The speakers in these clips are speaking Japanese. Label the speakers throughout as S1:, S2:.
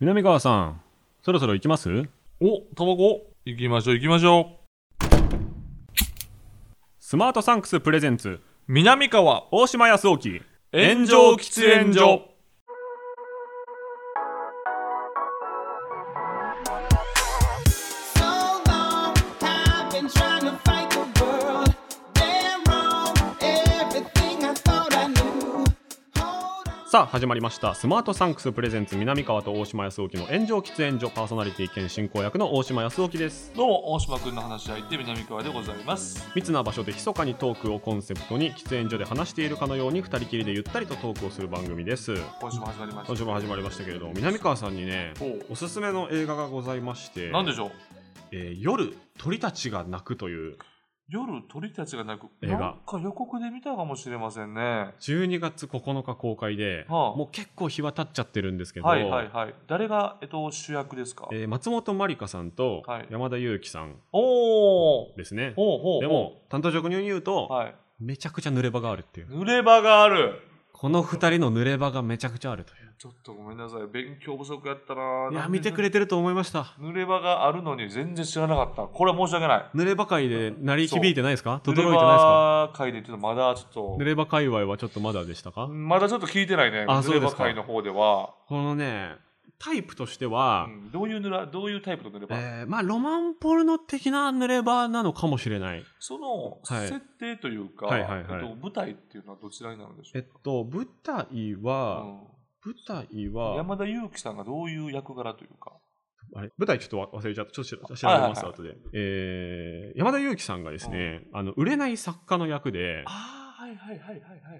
S1: 南川さん、そろそろ行きます
S2: お、タバコ行きましょう行きましょ
S1: スマートサンクスプレゼンツ、
S2: う。南川、
S1: 大島康沖、
S2: 炎上喫煙所。
S3: So long, I've been trying to fight the world. Damn wrong, everything I thought I knew. Hold on.
S1: さあ始まりましたスマートサンクスプレゼンツ南川と大島康沖の炎上喫煙所パーソナリティ兼進行役の大島康沖です
S2: どうも、大島くんの話し相手、南川でございます。
S1: 密な場所で密かにトークをコンセプトに喫煙所で話しているかのように2人きりでゆったりとトークをする番組です
S2: 今週も始まりました。
S1: 今週も始まりましたけれど南川さんにね
S2: おう
S1: おすすめの映画がございまして
S2: なんでしょう
S1: えー夜鳥たちが鳴くという
S2: 夜、鳥たちが鳴く。
S1: 映画
S2: なんか予告で見たかもしれませんね。
S1: 12月9日公開で、
S2: はあ
S1: もう結構日は経っちゃってるんですけど、
S2: はいはいはい。誰が、えっと、主役ですか、
S1: えー松本まりかさんと
S2: はい
S1: 山田裕貴さん
S2: おー。
S1: ですね、
S2: ほうほうほう。
S1: で、も担当職人に言うと、
S2: はい。
S1: めちゃくちゃ濡れ場があるっていう
S2: 濡れ場がある。
S1: この2人の濡れ場がめちゃくちゃあるとい
S2: ちょっとごめんなさい。勉強不足やったな
S1: ういや見てく。れてると思いました
S2: 濡れ場があるのに全然知らなかった。これは申し訳ない。
S1: 濡れ場界で鳴り響いてないですか轟
S2: 濡
S1: いて
S2: れ
S1: ないですか
S2: 場界でちょっとまだちょっと
S1: 濡。れ場界隈はちょっとまだでしたか、
S2: まだちょっと聞いてないね。
S1: あ
S2: 濡れ
S1: そうで
S2: 場
S1: すか
S2: 界の方では。
S1: このねタイプとしては
S2: う、んどういうぬら、どういうタイプの濡れ場、
S1: えーまあロマンポルノ的な濡れ場なのかもしれない
S2: その
S1: はい
S2: 設定というか、
S1: はいはいはい
S2: えっと、舞台っていうのはどちらになるんでしょ
S1: え
S2: う
S1: っ
S2: か、
S1: と舞台は、舞台
S2: うん
S1: は、
S2: 山田裕貴さんがどういう役柄というか。
S1: あれ舞台ちょっとわ忘れちゃった、ちょっと調べ調
S2: はい
S1: べ
S2: はいはい
S1: ます、後で、えー山田裕貴さんがですね、あの売れない作家の役で、
S2: ああ、はいはいはいはいは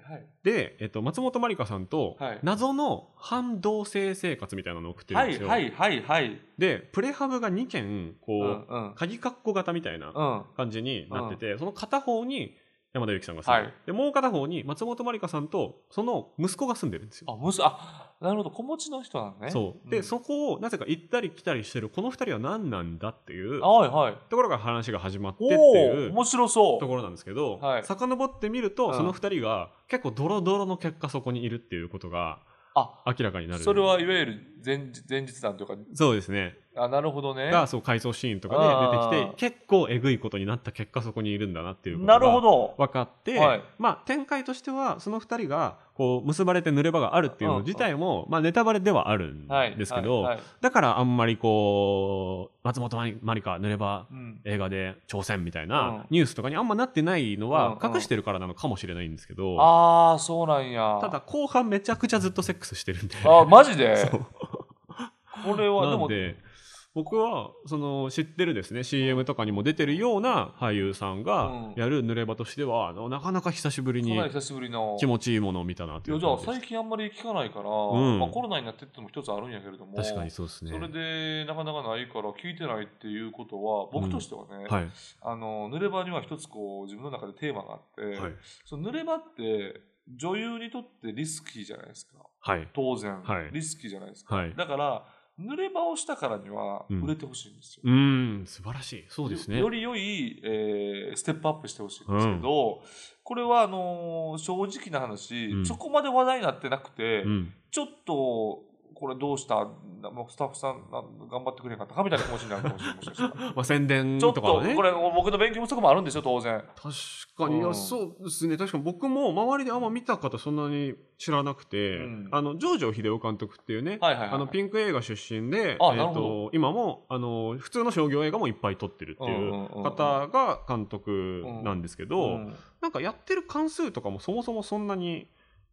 S2: いはい。
S1: で、えっと、松本まりかさんと
S2: はい
S1: 謎の反同性生活みたいなのを送ってるん
S2: は
S1: で
S2: い
S1: すよ。
S2: はいはいはい。
S1: で、プレハブが2件、こ
S2: う
S1: う、
S2: んうん。
S1: 鍵括弧型みたいな
S2: うん。
S1: 感じになってて、その片方に山田裕貴さんが住んでる、
S2: は
S1: でもう片方に松本まりかさんとその息子が住んでるんですよ。
S2: あ、むす、あ、なるほど、子持ちの人なんね。
S1: そう。
S2: ん
S1: で、そこをなぜか行ったり来たりしてるこの2人は何なんだっていう
S2: あはいはい。
S1: ところから話が始まってって
S2: お
S1: いう
S2: お、面白そ
S1: ところなんですけど、
S2: はい
S1: 遡ってみると、
S2: うん
S1: その2人が結構ドロドロの結果そこにいるっていうことが
S2: あ
S1: 明らかにな
S2: う。
S1: る
S2: それはいわゆる前日前日談というか、
S1: そうですね
S2: あ、なるほどね。
S1: がそう回想シーンとかで出
S2: あ
S1: てきて結構えぐいことになった結果そこにいるんだなっていうこと
S2: なるほ
S1: が
S2: ど。
S1: 分かって、
S2: はい
S1: まあ、展開としてはその2人がこう結ばれて濡れ場があるっていうの自体も、まあ、ネタバレではあるん
S2: はい。
S1: ですけど、
S2: はいはい
S1: だからあんまりこう松本まりまりか濡れ場
S2: うん
S1: 映画で挑戦みたいうなんニュースとかにあんまなってないのは
S2: うんうん
S1: 隠してるからなのかもしれないんですけど、
S2: ああ、そうなんや。
S1: ただ、後半めちゃくちゃずっとセックスしてるんで
S2: あマジで
S1: そう
S2: これはで
S1: なん
S2: も、
S1: で僕はその知ってるですね CM とかにも出てるような俳優さんが
S2: うん
S1: やる濡れ場としてはあのなかなか久しぶり
S2: か
S1: に
S2: なり久しぶりの。
S1: 気持ちいいものを見たなと
S2: い
S1: い
S2: や
S1: う
S2: じゃあ
S1: 感じです
S2: 最近あんまり聞かないから、
S1: ん
S2: まあ、コロナになってってのも一つあるんやけれども
S1: 確かにそうですね
S2: それでなかなかないから聞いてないっていうことは僕としてはね、
S1: はい
S2: あの濡れ場には一つこう自分の中でテーマがあって、
S1: はい
S2: その濡れ場って女優にとってリスキーじゃないですか
S1: はい
S2: 当然、
S1: はい
S2: リスキーじゃないですか、
S1: はい
S2: だから濡れ場をしたからには
S1: うん
S2: 売れてほしいんですよ、
S1: うーん素晴らしいそうですね
S2: よより良い、えーステップアップしてほしいんですけど、これはあのー正直な話、
S1: うん
S2: そこまで話題になってなくて、
S1: うん
S2: ちょっとこれどうしたなもうスタッフさんな頑張ってくれへんかったかみたいな気持ちになるかもしれないもしかしたら
S1: まあ宣伝
S2: ちょ
S1: と
S2: っと
S1: か
S2: こ
S1: ね
S2: れ僕の勉強不足もあるんですよ当然
S1: 確かに、いうや、
S2: ん
S1: そうですね。確かに僕も周りであんま見た方そんなに知らなくて、
S2: うん
S1: あの、ジョージョ秀夫監督っていうね、
S2: はいはいはい
S1: あの、ピンク映画出身で、
S2: あ
S1: え
S2: なる
S1: ー
S2: ほど
S1: と、今も、あの、普通の商業映画もいっぱい撮ってるってい
S2: ん
S1: う
S2: うんうん
S1: 方が監督なんですけど、
S2: うん
S1: なんかやってる関数とかもそもそもそんなに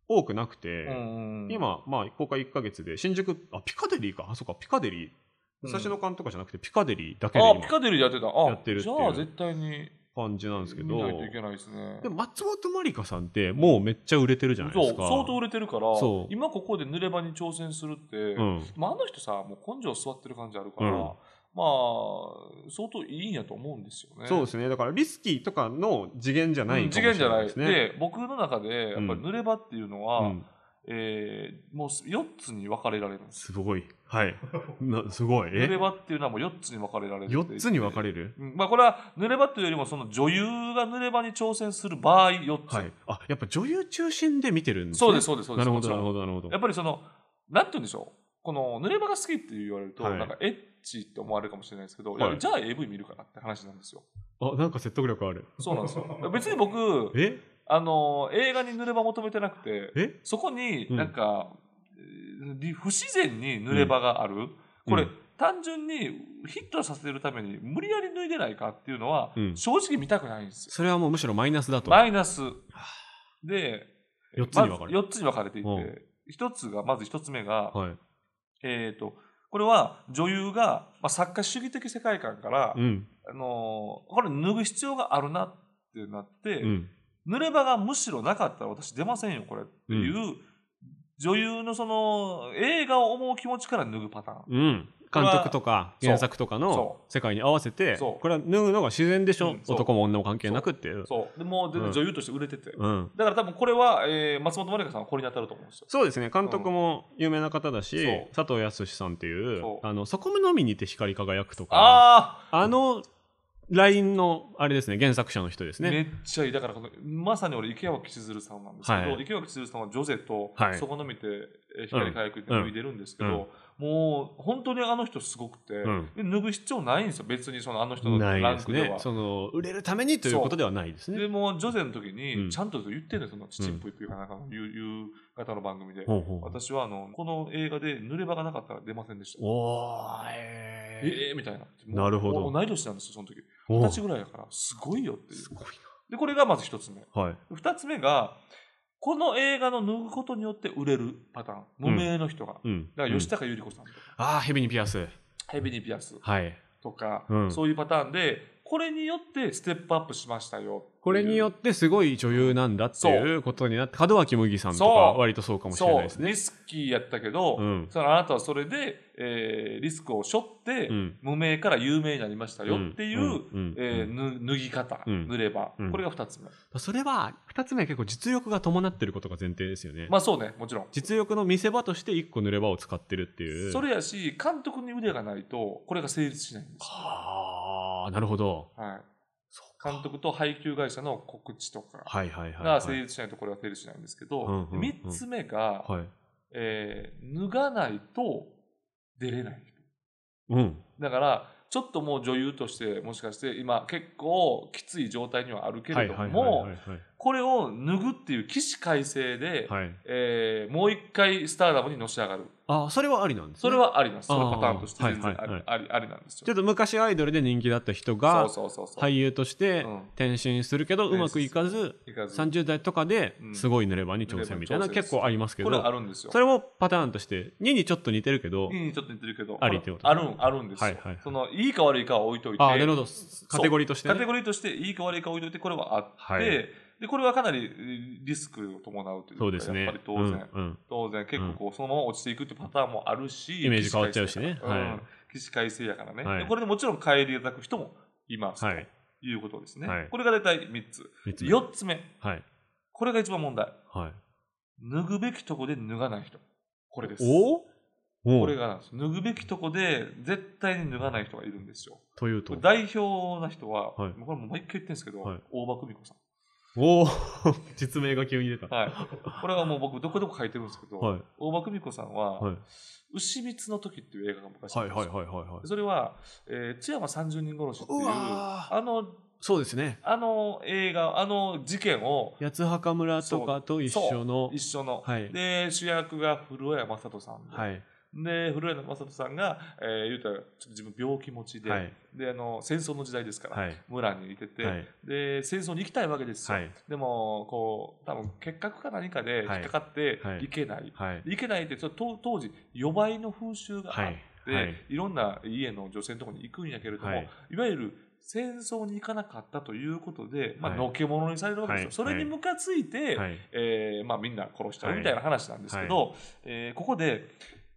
S1: 多くなくて、
S2: うんうん
S1: 今、まあ、公開1ヶ月で、新宿、あ、ピカデリーか、あ、そうか、ピカデリー。
S2: う
S1: 武
S2: ん
S1: 蔵野館とかじゃなくて、ピカデリーだけで
S2: あピ
S1: 今
S2: カデリーでやってたあ
S1: やってるって
S2: じ
S1: いう
S2: ゃあ絶対に
S1: 感じなんですけど、
S2: 見ないといけないですね
S1: でも松本まりかさんってもうめっちゃ売れてるじゃないで
S2: そ
S1: す
S2: う
S1: か。
S2: 相当売れてるから
S1: そう
S2: 今ここで濡れ場に挑戦するって、
S1: うん、
S2: まあ、あの人さもう根性座ってる感じあるから、
S1: うん
S2: まあ相当いいんやと思うんですよね
S1: そうですね。だからリスキーとかの次元じゃない
S2: うん
S1: か
S2: 次
S1: も
S2: 元
S1: し
S2: じ
S1: れ
S2: ゃない
S1: ですね。
S2: で僕の中でやっぱ
S1: う
S2: り
S1: ん
S2: 濡れ場っていうのは、
S1: うん、
S2: えーもう4つに分かれられるんです
S1: すごい。はい。なすごい。
S2: 濡れ
S1: え
S2: 場っていうのはもう4つに分かれられる
S1: 四つに分か
S2: れ
S1: れる
S2: まあこれは濡れ場というよりもその女優が濡れ場に挑戦する場合4つ、
S1: はい。あ、やっぱ女優中心で見てるんですね。
S2: そうですそうですそうです
S1: なるほど、なる
S2: も
S1: ほど、なるほ
S2: ち
S1: ど
S2: ろんや。っぱりそのなんて言うんでしょこの濡れ場が好きって言われると、
S1: はい
S2: なんかエッチって思われるかもしれないですけど、
S1: はい
S2: いやじゃあ AV 見るかなって話なんですよ。
S1: あなんか説得力ある
S2: そうなんですよ。 別に僕、
S1: え
S2: あの、映画に濡れ場求めてなくて、
S1: え
S2: そこに
S1: うん
S2: なんか、えー不自然に濡れ場がある、これ、
S1: うん
S2: 単純にヒットさせるために無理やり脱いでないかっていうのは、
S1: うん
S2: 正直見たくないんですよ。
S1: それはもうむしろマイナスだと
S2: マイナスで
S1: 4つに分かれる、
S2: まず四つに分かれていて、一つがまず一つ目が、
S1: はい
S2: えー、とこれは女優が、まあ、作家主義的世界観から、
S1: うん
S2: あのーこれ脱ぐ必要があるなってなって、
S1: うん
S2: 濡れ場がむしろなかったら私出ませんよこれっていう、女優のその映画を思う気持ちから脱ぐパターン。
S1: うん監督とか
S2: そう
S1: 原作とかの
S2: そ
S1: 世界に合わせて
S2: そ
S1: こ
S2: う
S1: れは脱ぐのが自然でしょ、
S2: うんそう
S1: 男も女も関係なくっていう
S2: そうでもう全
S1: う
S2: 然
S1: ん
S2: 女優として売れてて、
S1: うん、
S2: だから多分これは、えー松本まりかさんはこれに当たると思うんですよ。
S1: そうですね監督も有名な方だし、
S2: そう
S1: 佐藤康さんっていう
S2: そう
S1: あのそこのみにて光り輝くとか
S2: あ
S1: あのラインのあれですね原作者の人です
S2: ー、
S1: ね
S2: めっちゃいいだからこのまさに俺池脇千鶴さんなんですけど、
S1: はい
S2: 池脇千鶴さんはジョゼと、
S1: はい
S2: そこの見てえー光り輝くって
S1: うん
S2: 脱いでるんですけど、もう本当にあの人すごくて、
S1: ん
S2: で脱ぐ必要ないんですよ別にそのあの人の
S1: ない
S2: ラ
S1: で
S2: ン
S1: す
S2: クで
S1: ね
S2: は。
S1: その売れるためにということではないですね
S2: でもう女性の時
S1: うん
S2: にちゃんと言ってるんですよ、そのチンプイっていうかなんかの言う言う方の番組で、
S1: ほうほう
S2: 私はあのこの映画で濡れ場がなかったら出ませんでした
S1: おー
S2: え
S1: え
S2: えー、みたいな
S1: なるほど
S2: もう同い年なんですよその時
S1: ー
S2: 二
S1: お
S2: 十歳ぐらいだからすごいよっていう
S1: すごい
S2: でこれがまず一つ目
S1: なはい
S2: 二つ目がこの映画の脱ぐことによって売れるパターン無名の人が、
S1: うん
S2: だから吉
S1: うん
S2: 高由里子さんとか、
S1: ああ蛇にピアス
S2: ヘビニピアス
S1: はい
S2: とか、
S1: うん
S2: そういうパターンでこれによってステップアップしましたよ
S1: これによ
S2: って
S1: ってすごい女優なんだっていうことになって門脇麦さんとか
S2: そう
S1: 割とそうかもしれ
S2: そ
S1: ないうですね
S2: リスキーやったけど、
S1: うん
S2: そのあなたはそれで、えーリスクを背負って、
S1: うん
S2: 無名から有名になりましたよっていう、
S1: うんうん
S2: えー
S1: うん
S2: ぬ脱ぎ方、
S1: うん
S2: 塗れば、
S1: うん
S2: これが2つ目
S1: それは2つ目は結構実力が伴ってることが前提ですよね、
S2: まあそうねもちろん
S1: 実力の見せ場として1個濡れ場を使ってるっていう
S2: それやし監督に腕がないとこれが成立しないんですよ、
S1: はあなるほど
S2: はい、
S1: そうか
S2: 監督と配給会社の告知とか
S1: はいはいはい、は
S2: が
S1: い、
S2: 成立しないとこれは成立しないんですけど、
S1: うんうんうん
S2: 3つ目が、
S1: はい
S2: えー脱がないと出れない
S1: うん
S2: だからちょっともう女優としてもしかして今結構きつい状態にはあるけれども
S1: はいはい
S2: これを脱ぐっていう起死回生で、
S1: はいはいはい
S2: えーもう一回スターダムにのし上がる
S1: あそれはありなんですね
S2: それはありますそのパターンとして
S1: あー
S2: 全然
S1: はいはいはい
S2: ありありありなんです
S1: ちょ
S2: よ
S1: っと昔アイドルで人気だった人
S2: そ
S1: が
S2: うそうそうそう、
S1: 俳優として
S2: うん
S1: 転身するけどうまくいかず
S2: いかず
S1: 30代とかで
S2: うん
S1: すごい濡れ場に挑戦みたいな
S2: 濡れ場に挑戦です
S1: 結構ありますけ
S2: これあ
S1: ど
S2: るんですよ
S1: それもパターンとして2にちょっと似てるけど
S2: いいちょっと似てるけど
S1: ありってこと
S2: あるんあるんですよ、
S1: はいはいはい
S2: そのいいか悪いかは置いといて
S1: ああなるほどカテゴリーとしてね
S2: カテゴリーとしていいか悪いか置いといてこれはあって、
S1: はい
S2: でこれはかなりえーリスクを伴うというか
S1: そうですね
S2: やっぱり当然、
S1: うんうん
S2: 当然結構こうそのまま落ちていくっていうパターンもあるし、
S1: イメージ変わっちゃうしね
S2: 起死回生だか
S1: は
S2: ら
S1: い
S2: うん、起死回生やからね、
S1: はい
S2: でこれでもちろん帰りいただく人もいます、
S1: はい
S2: ということですね、
S1: はい
S2: これが大体3つ
S1: 三つ目
S2: 4つ目
S1: はい
S2: これが一番問題
S1: はい
S2: 脱ぐべきとこで脱がない人これです
S1: おお
S2: これがなんです脱ぐべきとこで絶対に脱がない人がいるんですよ
S1: という
S2: ことれ代表な人は、
S1: はい
S2: もうこれもう毎回言ってるんですけど、
S1: はい
S2: 大場久美子さん
S1: おお 実名が急に出たは
S2: はい、これはもう僕どこでも書いてるんですけど、
S1: はい
S2: 大場久美子さんは「
S1: はい
S2: 牛三つの時」っていう映画が昔
S1: い
S2: あ
S1: は
S2: っ
S1: い
S2: たん
S1: はいは
S2: ですよ
S1: いはい
S2: それは、えー津山三十人殺しっていう
S1: うわー
S2: あの
S1: そうですね
S2: あの映画あの事件を
S1: 八つ墓村とかと一緒の
S2: 一緒の、
S1: はい
S2: で主役が古谷正人さんで,、
S1: はい
S2: で古谷正人さんが、えー言うたらちょっと自分病気持ちで,、
S1: はい
S2: であの戦争の時代ですから、
S1: はい
S2: 村にいてて、
S1: はい
S2: で戦争に行きたいわけですよ、
S1: はい
S2: でもこう多分結核か何かで引っかかって
S1: はいはい
S2: 行けない、
S1: はい
S2: 行けないってちょっと当当時予売の風習があって、
S1: はい
S2: い
S1: はい
S2: ろんな家の女性のところに行くんやけれども、
S1: はいい、
S2: わゆる戦争に行かなかったということで、まあ
S1: はい
S2: のけ者にされるわけですよ、
S1: はい
S2: それにムカついて、
S1: はい
S2: えーまあ、みんな殺しちゃうみたいな話なんですけど、えーここで、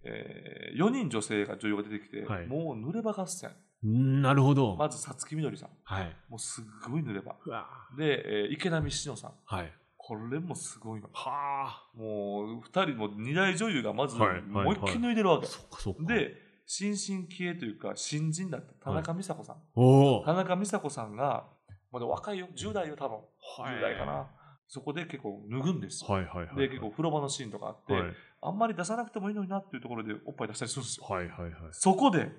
S2: え4人女性が女優が出てきて、
S1: はい
S2: もう濡れ場合戦
S1: うんなるほど
S2: まずさつきみどりさん
S1: はい
S2: もうすっごい濡れ場
S1: うわ
S2: で、えー池波志乃さん
S1: はい
S2: これもすごいの
S1: はあ
S2: もう2人も2大女優がまずも
S1: はいう
S2: 一気に脱いでるわけ、
S1: そっかそっか
S2: で新進気鋭というか新人だった田中美佐子さん、
S1: おお
S2: 田中美佐子さんがまだ若いよ10代よ多分、
S1: はい
S2: 10代かなそこで結構脱ぐんですよ。
S1: はいはいはい。
S2: で、結構風呂場のシーンとかあって、
S1: はい、はい
S2: あんまり出さなくてもいいのになっていうところでおっぱい出したりするんですよ。
S1: はいはい
S2: そこで、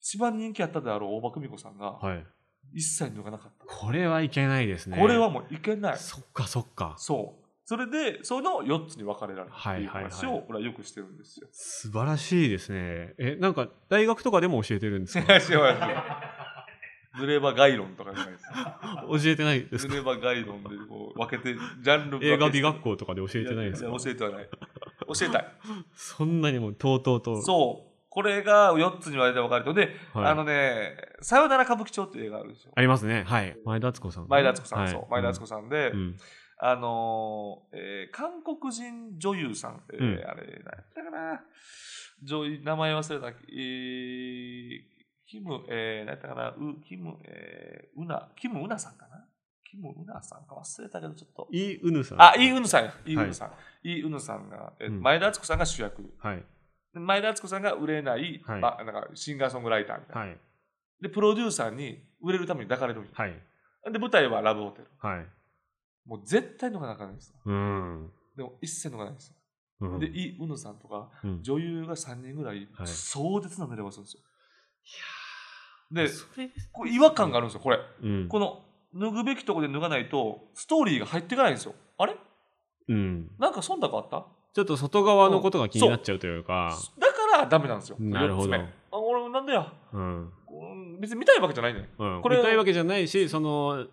S2: 一番人気あったであろう大場久美子さんが、
S1: はい。はい。
S2: 一切脱がなかった。
S1: これはいけないですね。
S2: これはもういけない。
S1: そっかそっか。
S2: そう。それで、その4つに分かれられるっていう
S1: はいはいはい
S2: 話を、俺はよくしてるんですよ。
S1: 素晴らしいですね。え、なんか大学とかでも教えてるんです
S2: 違う
S1: か
S2: 違う違う。ズレバ概論とかじゃないですか。
S1: 教えてない です
S2: ズ
S1: か
S2: レバ概論でこう分けて、ジャンル分け
S1: 映画美学校とかで教えてないです
S2: や
S1: か
S2: や教えて はない。教えたい。
S1: そんなにもうとうとうと。
S2: そう。これが4つに割れて分かれて、で、
S1: はい
S2: あのね、さよなら歌舞伎町っていう映画あるでしょ。
S1: ありますね。はい。前田敦子さん。
S2: 前田敦子さん、
S1: はい
S2: そう。前田敦子さんで、
S1: うん。
S2: あのーえー韓国人女優さん、えー
S1: うん
S2: あれ、なんだったかな、女優、名前忘れた、えー、キム、えー、なんやったかな、うキム、えー、ウナ、キムウナさんかなキムウナさんか忘れたけど、ちょっと。
S1: イ・ウヌさん。
S2: あ、イ・ウヌさんや、イ・ウヌさん。イ・ウヌさんが、えー
S1: うん
S2: 前田敦子さんが主役。
S1: はい。
S2: で前田敦子さんが売れない、
S1: はい
S2: まあ、なんかシンガーソングライターみたいな。
S1: はい。
S2: で、プロデューサーに売れるために抱かれるみたい
S1: はい。
S2: な。で、舞台はラブホテル。
S1: はい。
S2: もう絶対のがなあかんですよ。
S1: うん。
S2: でも一切のがないんですよ。
S1: うん
S2: で、イ・ウヌさんとか、
S1: うん
S2: 女優が3人ぐらい
S1: はい
S2: 壮絶な寝れ場するんですよ。で、
S1: それです
S2: こう違和感があるんですよ、これ。
S1: うん。
S2: この脱ぐべきとこで脱がないと、ストーリーが入っていかないんですよ。あれ
S1: うん。
S2: なんか忖度あった
S1: ちょっと外側のことが気になっちゃうというか。
S2: だからダメなんですよ。
S1: なるほど
S2: 四つ目あ俺、なんだよ。
S1: うん。
S2: うん別に見たいわけじゃないね。
S1: うん。
S2: これ
S1: 見たいわけじゃないし、その、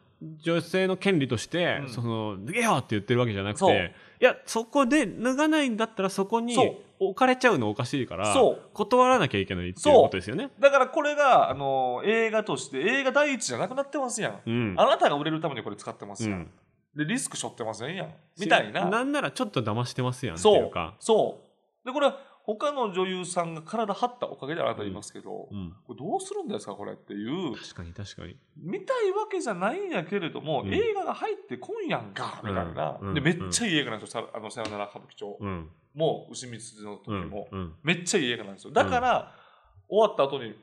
S1: 女性の権利として、
S2: うん
S1: その、脱げよって言ってるわけじゃなく
S2: そう
S1: て、いや、そこで脱がないんだったらそこに
S2: そう
S1: 置かれちゃうのおかしいから、
S2: そう
S1: 断らなきゃいけないっていう
S2: そう
S1: ことですよね。
S2: だからこれが、あの映画として、映画第一じゃなくなってますやん。
S1: うん。
S2: あなたが売れるためにこれ使ってます
S1: う
S2: やん。
S1: ん
S2: で、リスク背負ってませんやん。みたいな。
S1: なんならちょっと騙してますやんって
S2: そう
S1: いうか。
S2: そう。で、これ、他の女優さんが体張ったおかげであなた言いますけど、
S1: うん。
S2: これどうするんですか、これっていう、
S1: 確かに確かに。
S2: 見たいわけじゃないんやけれども、
S1: うん
S2: 映画が入ってこんやんか、みたいな、
S1: うんうん
S2: で。めっちゃいい映画なんですよ、さあのさよなら歌舞伎町
S1: うん。
S2: も、牛三つの時
S1: うん。
S2: も、
S1: うん
S2: めっちゃいい映画なんですよ。だから、終わった後に、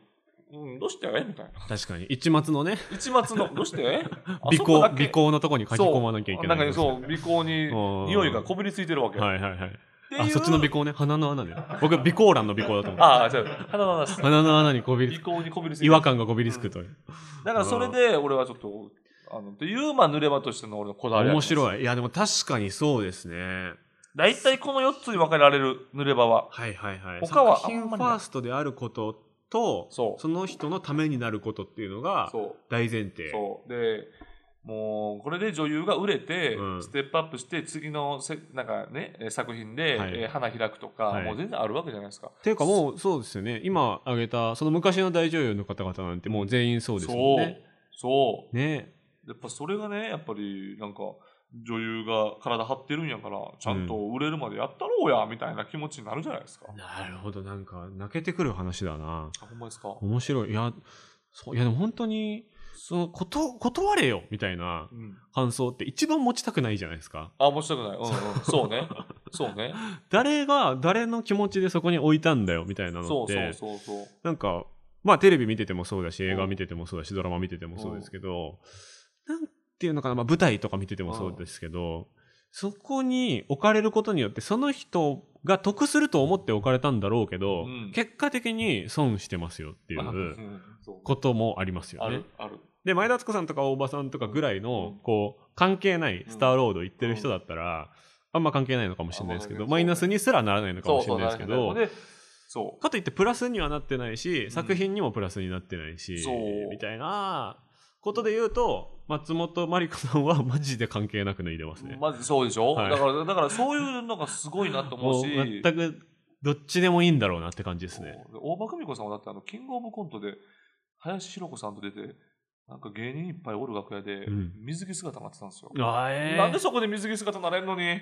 S2: うん、どうしてえみたいな。
S1: 確かに。一末のね、
S2: 一 末の、どうしてあ
S1: 尾
S2: そこ
S1: 行
S2: だ、け
S1: 尾行のとこに書き込まなきゃいけない。
S2: そうなんかそう、尾行に
S1: うん
S2: 匂いがこびりついてるわけ。
S1: はいはいはい。
S2: ていう
S1: あ、そっちの尾行ね。鼻の穴ね。僕、尾行欄の尾行だと思った。
S2: ああ、違う。鼻の穴 です。
S1: 鼻の穴にこびり
S2: 尾
S1: つく。
S2: 行にこびりついて
S1: 違
S2: る
S1: 和感がこびりつくという。
S2: だからそれで俺はちょっと、あの、っていう、まあ、濡れ場としての俺のこだわり
S1: 面
S2: い。
S1: 白い。いや、でも確かにそうですね。
S2: 大体この4つに分けられる濡れ場は。
S1: はいはいはい。
S2: 他は
S1: 作
S2: あ
S1: 品
S2: ん
S1: フ
S2: ま
S1: ァ
S2: りない
S1: ーストであることと、
S2: そう
S1: の人のためになることっていうのが
S2: そ
S1: 大前
S2: う。
S1: 提。
S2: そう。で、もう、これで女優が売れて、
S1: うん
S2: ステップアップして、次のせ、なんかね、えー作品で、
S1: はい
S2: えー花開くとか、
S1: はい
S2: もう全然あるわけじゃないですか。
S1: っていうかもうそうですよね。今挙げた、その昔の大女優の方々なんてもう全員そうですもんね。
S2: そう。
S1: ね。
S2: やっぱそれがね、やっぱり、なんか、女優が体張ってるんやから、ちゃんと売れるまでやったろうや、みたいな気持ちになるじゃないですか。
S1: なるほど。なんか泣けてくる話だな。
S2: あ、ほんまですか。
S1: 面白い。いや、そういやでも本当に、そのこと断れよみたいな
S2: うん。
S1: 感想って一番持ちたくないじゃないですか。
S2: あ、面白くない。うん、うん。そ うね。そうね。
S1: 誰が誰の気持ちでそこに置いたんだよみたいなの
S2: そ
S1: っ
S2: うそう
S1: て
S2: そうそう。
S1: なんかまあテレビ見ててもそうだし映画見ててもそうだしドラマ見ててもそうですけどなんていうのかな、まあ、舞台とか見ててもそうですけどそこに置かれることによってその人が得すると思って置かれたんだろうけど、
S2: うん
S1: 結果的に損してますよってい
S2: あう
S1: うん
S2: そう
S1: こともありますよ
S2: あ
S1: ね
S2: る。ある。
S1: で前田敦子さんとか大場さんとかぐらいの、
S2: うん
S1: こう関係ないスターロード行ってる人だったら、あんま関係ないのかもしれないですけど、
S2: あんま
S1: マ
S2: 関係
S1: イ
S2: ない
S1: ナスにすらならないのか
S2: そ
S1: も
S2: う
S1: しれ
S2: そう
S1: ないですけど
S2: なるほねそ
S1: かといってプラスにはなってないし、
S2: ん
S1: 作品にもプラスになってないし
S2: そう
S1: みたいなことで言うと松本まりかさんはマジで関係なく脱いでます
S2: う。
S1: ね。
S2: まずそうでしょ、
S1: はい
S2: だから、だからそういうのがすごいなと思
S1: も
S2: う
S1: う
S2: し。
S1: 全くどっちでもいいんだろうなって感じですね。
S2: そう大場久美子さんはだってあの、キングオブコントで、林博子さんと出て、なんか芸人いっぱいおる楽屋で
S1: うん、
S2: 水着姿になってたんですよ。
S1: あえー
S2: なんでそこで水着姿になれんのに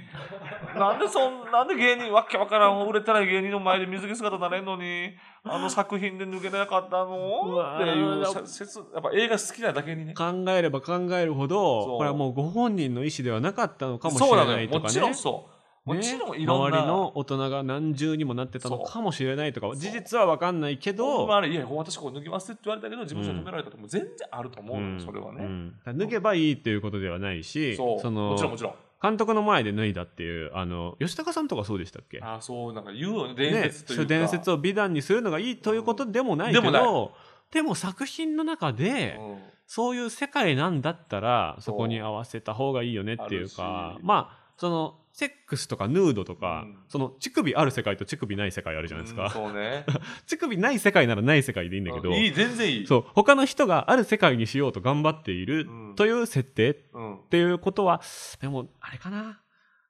S2: なんでそんなんで芸人わけわからん売れたら芸人の前で水着姿になれんのにあの作品で抜けなかった
S1: うわ
S2: のって
S1: ー
S2: いうしゃ説やっぱ映画好きなだけにね
S1: 考えれば考えるほど
S2: そう
S1: これはもうご本人の意思ではなかったのかもし
S2: そう
S1: れ
S2: なの
S1: な
S2: よ
S1: いと
S2: も
S1: かね。
S2: ちろんそうも
S1: ね
S2: ちろんいろんな、
S1: 周りの大人が何重にもなってたのかもしれないとか
S2: う
S1: 事実は分かんないけ
S2: ほんま
S1: ど、
S2: あれいや私こう脱ぎますって言われたけど事務所に止められたとも全然あると思うのよ、
S1: うん
S2: それは
S1: う
S2: ね、
S1: んだから脱げばいいっていうことではないし
S2: そう
S1: の
S2: もちろんもちろん
S1: 監督の前で脱いだっていうあの吉高さんとかそうでしたっけ
S2: あそう、なんか言うよね、伝
S1: ね、
S2: 説という
S1: そ
S2: か。
S1: う伝説を美談にするのがいいということでもないけ
S2: でもない
S1: ど、でも作品の中で、
S2: うん
S1: そういう世界なんだったら
S2: そう
S1: そこに合わせた方がいいよねっていう
S2: ある
S1: か
S2: し
S1: まあそのセックスとかヌードとか、
S2: うん
S1: その乳首ある世界と乳首ない世界あるじゃないです
S2: うん
S1: か、
S2: そ うね。
S1: 乳首ない世界ならない世界でいいんだけど
S2: うんいい、全然いい。
S1: そう他の人がある世界にしようと頑張っている
S2: うん
S1: という設定っ
S2: うん。
S1: ていうことはでもあれかな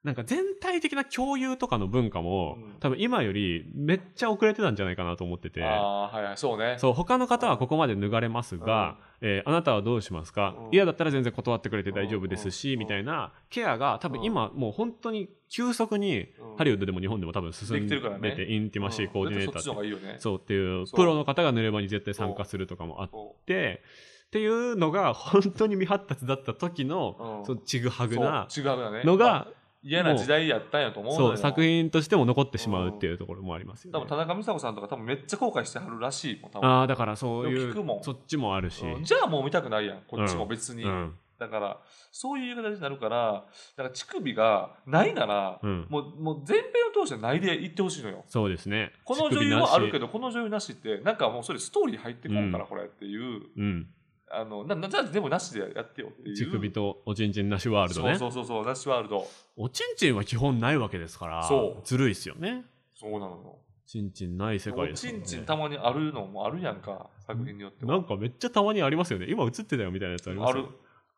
S1: なんか全体的な共有とかの文化も、
S2: うん
S1: 多分今よりめっちゃ遅れてたんじゃないかなと思ってて。
S2: ああー、はいはい、そうね。
S1: そう他の方はここまで脱がれますが、えーあなたはどうしますか、
S2: うん
S1: 嫌だったら全然断ってくれて大丈夫ですし、
S2: うん
S1: みたいなケアが多分今もう本当に急速に
S2: うん
S1: ハリウッドでも日本でも多分進ん
S2: でき
S1: で
S2: てるからね
S1: てインティマシーコーディネーター
S2: うん絶対そっちの
S1: って
S2: 方がいいよね。
S1: そうっていう
S2: そう
S1: プロの方が濡れ場に絶対参加するとかもあっ
S2: そ
S1: てっていうのが本当に未発達だった時の
S2: うん
S1: そのちぐは
S2: う
S1: ぐな
S2: そう違うよね。
S1: の
S2: まあ
S1: が
S2: 嫌な時代やったんやと思うの
S1: そ
S2: よ
S1: う作品としても残ってしまうっていうところもありますよ
S2: 多分
S1: ね
S2: 田。中美佐子さんとか多分めっちゃ後悔してはるらしいもん多分
S1: ああだからそうい
S2: よく聞くも
S1: うんそっちもあるし。
S2: うんじゃあもう見たくないやんこっちも別に、
S1: うん
S2: だからそういう形になるからだから乳首がないなら、
S1: うん
S2: もうもう全編を通してないでいってほしいのよ
S1: そうですね。
S2: この
S1: 乳
S2: 女
S1: 首
S2: 優
S1: なし
S2: はあるけどこの女優なしってなんかもうそれストーリー入ってこんから、
S1: うん
S2: これっていう
S1: うん。
S2: あのななじゃあ全部なしでやってよっていう
S1: 乳首とおちんちんなしワールドね。
S2: そうそうそうそうなしワールド
S1: おちんちんは基本ないわけですから、
S2: そう
S1: ずるいですよね。
S2: そうなのよ
S1: ちんちんない世界
S2: お
S1: です
S2: ち
S1: からね
S2: んちんたまにあるのもあるやんか作品によっては
S1: なんかめっちゃたまにありますよね。今映ってたよみたいなやつありま
S2: あ
S1: すよ
S2: る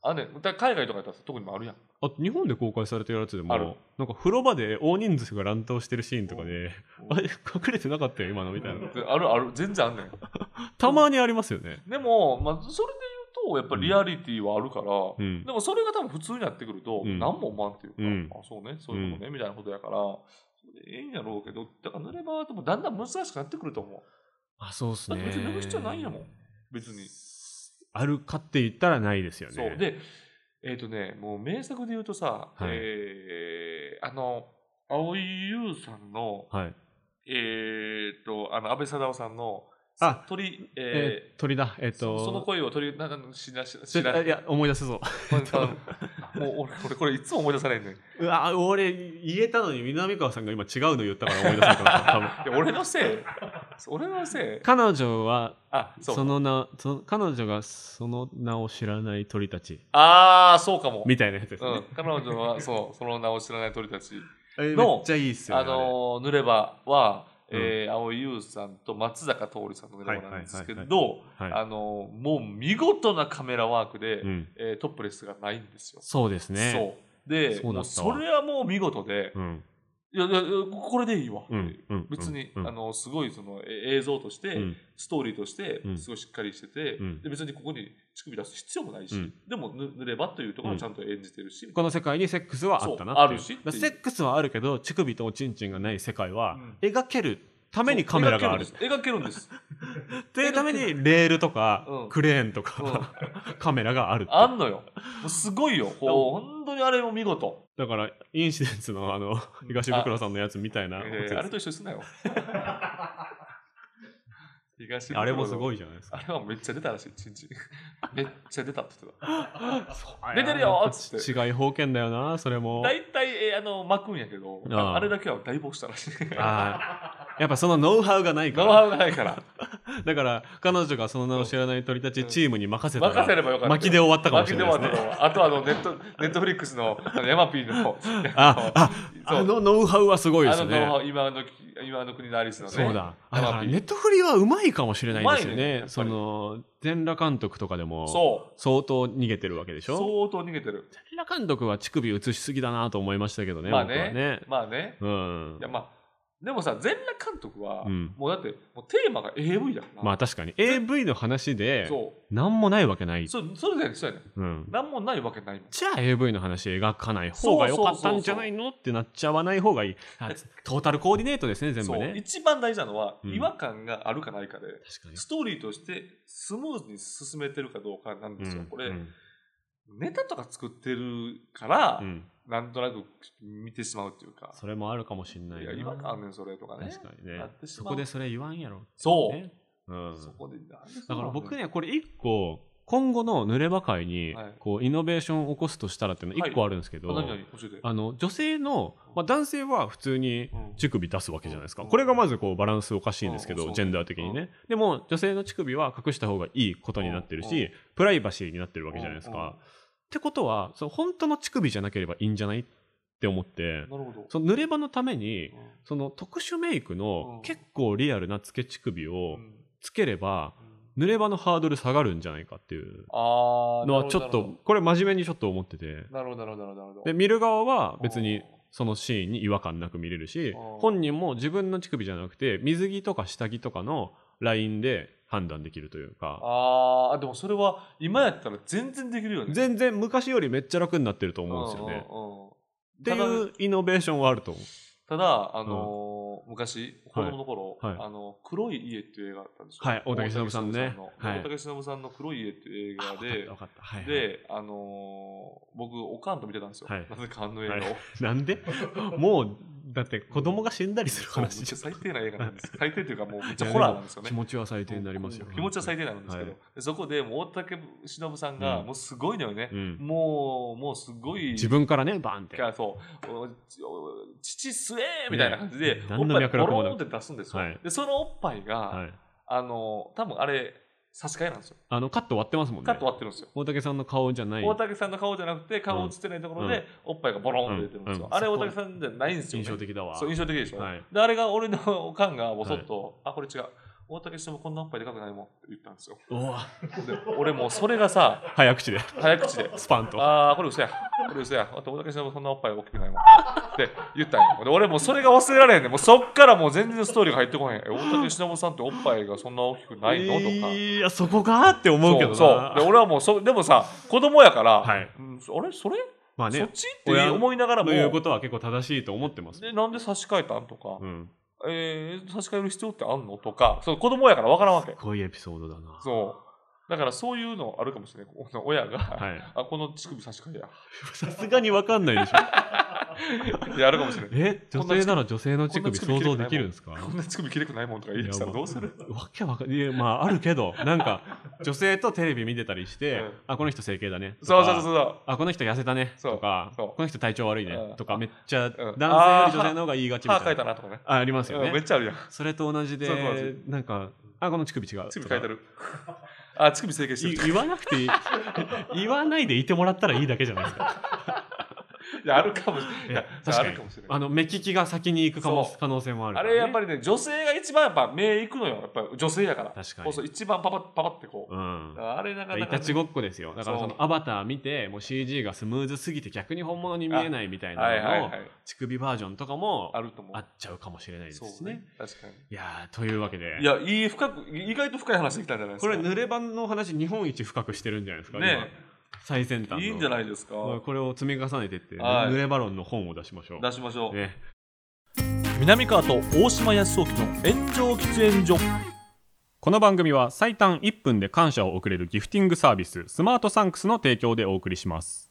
S2: あねだから海外とかやったら特にもあるやん
S1: あ日本で公開されてるやつで
S2: あ
S1: も
S2: る、
S1: なんか風呂場で大人数が乱闘してるシーンとかで、
S2: う ん
S1: あれ隠れてなかったよ今のみたいな。
S2: であるある全然あんねん
S1: たまにありますよね。
S2: でも、まあ、それで言うとやっぱりリアリティはあるから、
S1: うん
S2: で。もそれが多分普通になってくると、
S1: うん
S2: 何も思わんっていうか、
S1: うん
S2: あそうねそういうことね、みたいなことやからそれでええんやろうけどだから濡れ場はでもだんだん難しくなってくると思う
S1: あ、そうっす
S2: だっ
S1: ね
S2: て。別に脱ぐ必要ないんやもん別に、
S1: あるかって言ったらないですよね。
S2: そうでえっ、とねもう名作で言うとさ、
S1: はい
S2: えーあの蒼井優さんの
S1: はい。
S2: えっ、とあの安倍貞夫さんの
S1: あ
S2: 鳥えー
S1: えー、鳥だ。えっ、と
S2: そその声を鳥 なんか知らし
S1: ち
S2: 知
S1: ょ
S2: ら
S1: あいや、思い出すぞ。
S2: これ多分もう俺俺これいつも思い出さないねんいう
S1: わ俺言えたのに南川さんが今違うの言ったから思い出せなかった多分
S2: や俺のせい俺のせい
S1: 彼女は
S2: あそう
S1: その名その彼女がその名を知らない鳥たち
S2: ああそうかも、
S1: みたいなやつです
S2: う
S1: ね
S2: ん、、彼女はそうその名を知らない鳥たち、
S1: あれ
S2: の
S1: めっちゃいいっすよね
S2: あのー濡れ場は、
S1: うん
S2: えー蒼井優さんと松坂桃李さんの濡れ場なんですけ
S1: はい
S2: ど
S1: あれはい
S2: あのーもう見事なカメラワークで、
S1: うん、
S2: えートップレスがないんですよ、
S1: そうですね
S2: そうで
S1: そうだ
S2: もう
S1: ったわ
S2: それはもう見事で、
S1: うん
S2: いやいやいやこれでいいわ、
S1: うんうん
S2: 別に、
S1: うん
S2: あのすごいそのえ映像として、
S1: うん
S2: ストーリーとして
S1: うん
S2: すごいしっかりしてて、
S1: うん
S2: で別にここに乳首出す必要もないし、
S1: うん
S2: でもぬ塗ればというところをちゃんと演じてるし、
S1: この世界にセックスはあったな
S2: そう
S1: っていう
S2: あるしっていう
S1: だからセックスはあるけど乳首とおちんちんがない世界は
S2: うん
S1: 描けるためにカメラがある
S2: そう描けるんです描けるんです
S1: というためにレールとか、
S2: うん
S1: クレーンとか、 カメラがあるっていう
S2: あんのよもうすごいよこう本当にあれも見事、
S1: だから、インシデンツのあ の、東袋さんのやつみたいなや
S2: え
S1: つ
S2: ー
S1: です
S2: あれと一緒にすんな よ東袋の
S1: あれもすごいじゃないですか。
S2: あれはめっちゃ出たらしいちん ちんめっちゃ出たって言ってた
S1: 出
S2: 出てるよーっつって
S1: 違い封建だよな、それも。
S2: 大体、えーあの巻くんやけど
S1: ああ
S2: あれだけは大暴したらしい
S1: あーやっぱそのノウハウがないか
S2: ノウハ
S1: ら。
S2: ウがないから
S1: だから、彼女がその名を知らない鳥たちチームに任せた
S2: 任せ
S1: ら、
S2: ればよかった。
S1: 巻きで終わったかも
S2: 巻
S1: し
S2: き
S1: れ
S2: で
S1: ない
S2: 終わ
S1: で
S2: っ
S1: す
S2: た
S1: ね。
S2: と思うあとあのネット、ネットフリックスのあのヤマピーの、
S1: あ、あ、あ
S2: そう
S1: のノウハウはすごいで
S2: あ
S1: す
S2: の
S1: ね。
S2: の今の、今の国のアリスのね。
S1: そうだ。あ
S2: ヤ
S1: だか
S2: マ
S1: ら
S2: ピ
S1: ネ
S2: ー。
S1: ットフリはうまいかもしれないですよ
S2: うまいねや
S1: ね
S2: っぱ。り
S1: その、全裸監督とかでも、
S2: そう。
S1: 相当逃げてるわけでし
S2: 相
S1: ょ
S2: 当逃げてる。
S1: 全裸監督は乳首映しすぎだなと思いましたけどね、
S2: まあ
S1: 僕はね
S2: ね。。まあね。
S1: うん
S2: いや、まあ、でもさ、全裸監督は、
S1: うん
S2: もうだって、もうテーマが AV だから。
S1: まあ確かに AV の話で
S2: そ
S1: 何もないわけな
S2: う。
S1: い、
S2: そそれだよね、そうやね。
S1: うん、
S2: なんもないわけないもん。
S1: じゃあ AV の話描かない方が良かったんじゃないのってなっちゃわない方がいいあトータルコーディネートですね全部
S2: そう。
S1: ね
S2: 一番大事なのは、
S1: うん
S2: 違和感があるかないかで、
S1: 確か
S2: ストーリーとしてスムーズに進めてるかどうかなんです
S1: に、う
S2: よ。
S1: ん、
S2: これ、
S1: うん
S2: ネタとか作ってるから、
S1: うん
S2: なんとなく見てしまうっていうか、
S1: それもあるかもしれない
S2: い
S1: な
S2: や違和感あんねんそれとかね。
S1: 確かにね
S2: やってし
S1: そ
S2: まう
S1: こでそれ言わんやろ、
S2: そう、
S1: ねうん、
S2: そこでなんで
S1: だ
S2: そう
S1: か
S2: な
S1: ら
S2: んね
S1: 僕ねこれ一個今後の濡れ場会に
S2: はい
S1: こうイノベーションを起こすとしたらっていうの
S2: はい
S1: 1個あるんですけど、
S2: 何々教えて。
S1: あの女性の、まあ、男性は普通に
S2: うん
S1: 乳首出すわけじゃないですか、
S2: うん
S1: これがまずこうバランスおかしいんですけ
S2: うん
S1: ど、
S2: うん
S1: ジェンダー的にね、でも女性の乳首は隠した方がいいことになってるし、プライバシーになってるわけじゃないですか、
S2: うんうん
S1: ってことはその本当の乳首じゃなければいいんじゃないって思って
S2: なるほど。
S1: その濡れ場のために
S2: うん
S1: その特殊メイク
S2: うん
S1: の結構リアルなつけ乳首を
S2: うん
S1: つければ
S2: うん
S1: 濡れ場のハードル下がるんじゃないかっていう
S2: あー
S1: のはちょっとこれ真面目にちょっと思ってて
S2: なるほど、なるほど、なるほどなるほど。
S1: で見る側は別にそのシーンに違和感なく見れるし
S2: うん
S1: 本人も自分の乳首じゃなくて水着とか下着とかのラインで判断できるというか
S2: あーでもそれは今やったら全然できるよね。
S1: 全然昔よりめっちゃ楽になってると思うんですよね。
S2: うんうんうん
S1: っていうイノベーションはあると思う。
S2: ただ、あのー昔、子
S1: はい
S2: 供の頃、
S1: はい
S2: あの黒い家っていう映画があったんですよ。
S1: はい大竹しのぶさんねはい
S2: 大竹しのぶさんの黒い家っていう映
S1: あ
S2: 画
S1: わ、かっ
S2: で
S1: たわかった はいはい
S2: で、あのー僕、おかんと見てたんですよ。
S1: はい
S2: なぜかあの映画を。
S1: はいなんでもうだって子供が死んだりする
S2: そうめ っ
S1: 話
S2: ち
S1: じゃ
S2: ゃ
S1: ん
S2: 最低な映画なんです よ。最低というか、もうめっち
S1: い
S2: ゃ
S1: や
S2: ホラーなんですよね
S1: 気。持ちは最低になりますよ
S2: うん気持ちは最低なんですけど、
S1: はい
S2: でそこでもう大竹しのぶさんが、
S1: うん
S2: もうすごいのよね、
S1: うん
S2: もう、もうすごい、
S1: 自分からねバンって
S2: がそうおお父吸えみたいな感じで、
S1: ね
S2: おっ
S1: 何の
S2: ぱい
S1: 脈
S2: ポ
S1: 絡も
S2: ロ
S1: な
S2: ン
S1: く
S2: って出すんですよ、
S1: はい
S2: でそのおっぱいが、
S1: はい
S2: あの多分あれ差し替えなんですよ
S1: あのカット割ってますもんね
S2: カット割ってるんですよ、
S1: 大竹さんの顔じゃない
S2: 大竹さんの顔じゃなくて顔映ってないところで、
S1: うん
S2: おっぱいがボロンって出てるんですよ、
S1: うんうん
S2: あれ大竹さんじゃないんですよ、
S1: 印
S2: ね、
S1: 象的だわ
S2: そう印象的でしょ、
S1: はい
S2: であれが俺のおかんがボソッと、あこれ違う大竹してもこんなおっぱいでかくないもんって言ったんですよ
S1: うわ
S2: で俺もうそれがさ
S1: 早口で
S2: 早口で
S1: スパンと
S2: ああ、これ嘘や。これ嘘や。あと、大竹さんもそんなおっぱい大きくないもん。って言ったんよ。で、俺もうそれが忘れられへんねん。もうそっからもう全然ストーリーが入ってこへん。え、大竹しのぶさんっておっぱいがそんな大きくないのとか。
S1: いやそこかって思うけど
S2: そう
S1: な
S2: そう。で、俺はもうそ、でもさ、子供やから、
S1: はい
S2: うんあれそれ、
S1: まあ
S2: そっ
S1: ね
S2: ちって思いながらも、
S1: ということは結構正しいと思ってます
S2: でなんで差し替えたんとか、
S1: うん
S2: えー差し替える必要ってあんのとか、そう子供やから分からんわけ。
S1: こういうエピソードだな
S2: そう。だからそういうのあるかもしれない。この親が、
S1: はい
S2: あ、この乳首差し替えや。
S1: さすがにわかんないでしょ
S2: いや、あるかもしれない。
S1: え女性なら女性の乳首
S2: こんな
S1: 想
S2: 乳首
S1: 像できるんですか
S2: こんな乳首切れくないもんとか言い出したらどうする
S1: わけわかんいやまああるけどなん か女性とテレビ見てたりして、
S2: うん
S1: あこの人整形だねと
S2: そう
S1: か
S2: そうそうそう。
S1: あこの人痩せたね
S2: そう
S1: とか
S2: そう
S1: この人体調悪いね、
S2: うん
S1: とかめっちゃ、
S2: ん
S1: 男性より女性の方が言いがちみ
S2: 歯
S1: た
S2: 描
S1: い
S2: いた
S1: な
S2: なとかね。
S1: あありますよ
S2: うんめっ
S1: ね
S2: ちゃあるやん。
S1: それと同じで
S2: そうそうそう
S1: なんかあこの乳首違う
S2: 乳首
S1: とか
S2: 描いてる。あ、乳首整形して
S1: い
S2: る。
S1: 言わなくていい言わないでいてもらったらいいだけじゃないですか
S2: いや、あるかもしれないいや。
S1: 確
S2: あ
S1: か
S2: る
S1: に
S2: かもしれない。
S1: あの目利きが先に行くかも
S2: そう
S1: 可能性もある
S2: あ
S1: から、
S2: れ
S1: ね、
S2: やっぱりね、女性が一番やっぱ目いくのよ。やっぱ女性やから。
S1: 確かに
S2: そうそう一番パパッパパってこう。
S1: うん
S2: あれなか
S1: い
S2: なかね。
S1: たちごっこですよだからそ
S2: そ
S1: のアバター見てもう CG がスムーズすぎて逆に本物に見えないみたい
S2: はいは
S1: ないの
S2: は
S1: の
S2: い。
S1: 乳首バージョンとかも
S2: あると思う。
S1: あっちゃうかもしれないで
S2: そ
S1: す
S2: う
S1: ね
S2: ね。確かに。
S1: いやーというわけで
S2: いや、いい深く、意外と深い話できたんじゃないです
S1: こ
S2: か。
S1: れ濡れ版の話日本一深くしてるんじゃないですか、
S2: ね
S1: 今最先端の
S2: いいんじゃ
S1: い
S2: ないですか。
S1: これを積み重ねてって、
S2: はい
S1: 濡れバロンの本を出しましょう
S2: 出しましょう。
S1: ね、
S2: 南川と大島康雄の炎上喫煙所。
S1: この番組は最短1分で感謝を送れるギフティングサービススマートサンクスの提供でお送りします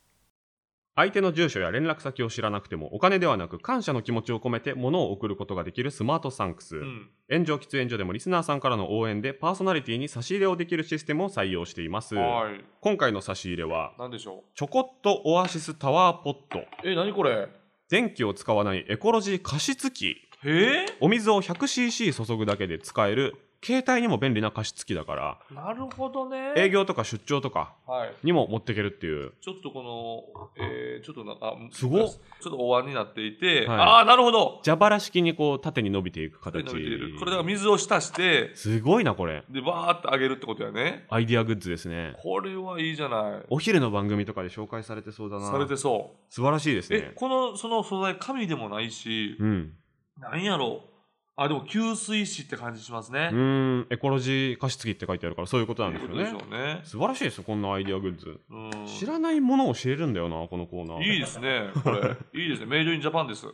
S1: 相手の住所や連絡先を知らなくてもお金ではなく感謝の気持ちを込めて物を送ることができるスマートサンクス、
S2: うん。
S1: 炎上喫煙所でもリスナーさんからの応援でパーソナリティに差し入れをできるシステムを採用しています
S2: はい。
S1: 今回の差し入れは
S2: なんでしょ
S1: ちょこっとオアシスタワーポット
S2: う。え、何これ
S1: 電気を使わないエコロジー加湿器
S2: へえ
S1: お水を 100cc 注ぐだけで使える携帯にも便利な加湿器だから
S2: なるほどね。
S1: 営業とか出張とか
S2: はい。
S1: にも持っていけるっていう
S2: ちょっとこの、えー、ちょっとなんか、
S1: すごっ
S2: ちょっとお椀になっていて、
S1: はい
S2: ああ、なるほど
S1: 蛇腹式にこう縦に伸びていく
S2: これ
S1: 形
S2: 伸びてるこれだから水を浸して、
S1: すごいなこれ
S2: で、バーってあげるってことやね。
S1: アイディアグッズですね
S2: これはいいじゃない。
S1: お昼の番組とかで紹介されてそうだな
S2: されてそ
S1: 素晴らしいです
S2: う。え
S1: ね、
S2: この、その素材、紙でもないし、
S1: うん
S2: なんやろう。あ、でも、吸水紙って感じしますね
S1: う。ーんエコロジー加湿器って書いてあるからそういうことなんですよ
S2: という
S1: ね
S2: ことでしょうね。
S1: 素晴らしいですよこんなアイディアグッズ
S2: うん。
S1: 知らないものを知れるんだよなこのコーナー
S2: いいですね、これ。いいですね。メイドインジャパンです。
S1: 素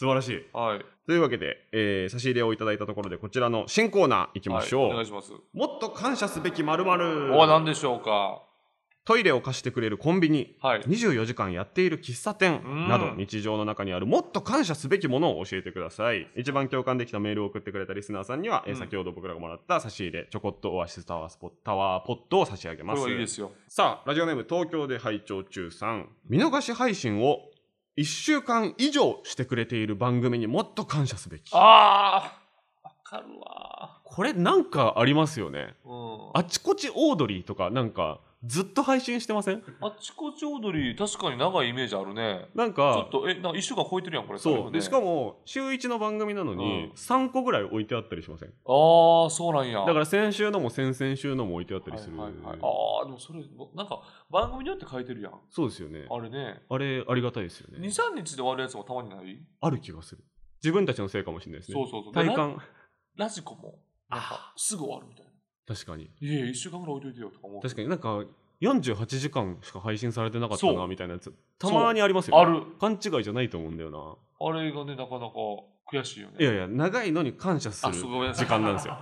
S1: 晴らしい
S2: はい。
S1: というわけで、えー差し入れをいただいたところでこちらの新コーナーいきましょう、
S2: はいお願いします。
S1: もっと感謝すべきまるまる
S2: お、なんでしょうか。
S1: トイレを貸してくれるコンビニ、
S2: はい。
S1: 24時間やっている喫茶店
S2: うん
S1: など日常の中にあるもっと感謝すべきものを教えてください一番共感できたメールを送ってくれたリスナーさんには、えー
S2: うん
S1: 先ほど僕らがもらった差し入れちょこっとオアシスタワースポタワーポットを差し上げ
S2: こ
S1: ま
S2: れ
S1: す
S2: はいいですよ。
S1: さあラジオネーム東京で拝聴中さん見逃し配信を1週間以上してくれている番組にもっと感謝すべき
S2: ああわかるわ。
S1: これなんかありますよね
S2: うん、
S1: あちこちオードリーとかなんかずっと配信してません
S2: あっちこちオードリー、確かに長いイメージあるね。
S1: なん
S2: ち
S1: か
S2: ょっと、え、なんか一週間超えてるやん、これ。
S1: そうでしか
S2: も。
S1: も週1の番組なの
S2: う
S1: に
S2: ん
S1: 3個ぐらい置いてあったりしません
S2: ああ、そうなんや。
S1: だから先週のも先々週のも置いてあったりする
S2: はいはいはい、ああ、でもそれ、なんか番組によって書いてるやん。
S1: そうですよね
S2: あれね。
S1: あれありがたいですよ
S2: 2、
S1: ね
S2: 3日で終わるやつもたまにない
S1: ある気がする自分たちのせいかもしれないですね
S2: そうそうそう
S1: 体感
S2: ラジコも、なんかすぐ終わるみたいな。
S1: 確かに
S2: いやいや、1週間ぐらい置いといてよとか思う。
S1: 確かになんか48時間しか配信されてなかった
S2: そう
S1: なみたいなやつたまにありますよ、
S2: あ
S1: ね、
S2: る。
S1: 勘違いじゃないと思うんだよな
S2: あれがね、なかなか悔しいよね。
S1: いやいや長いのに感謝す
S2: あ、
S1: る
S2: すごい
S1: 時間なんですよ。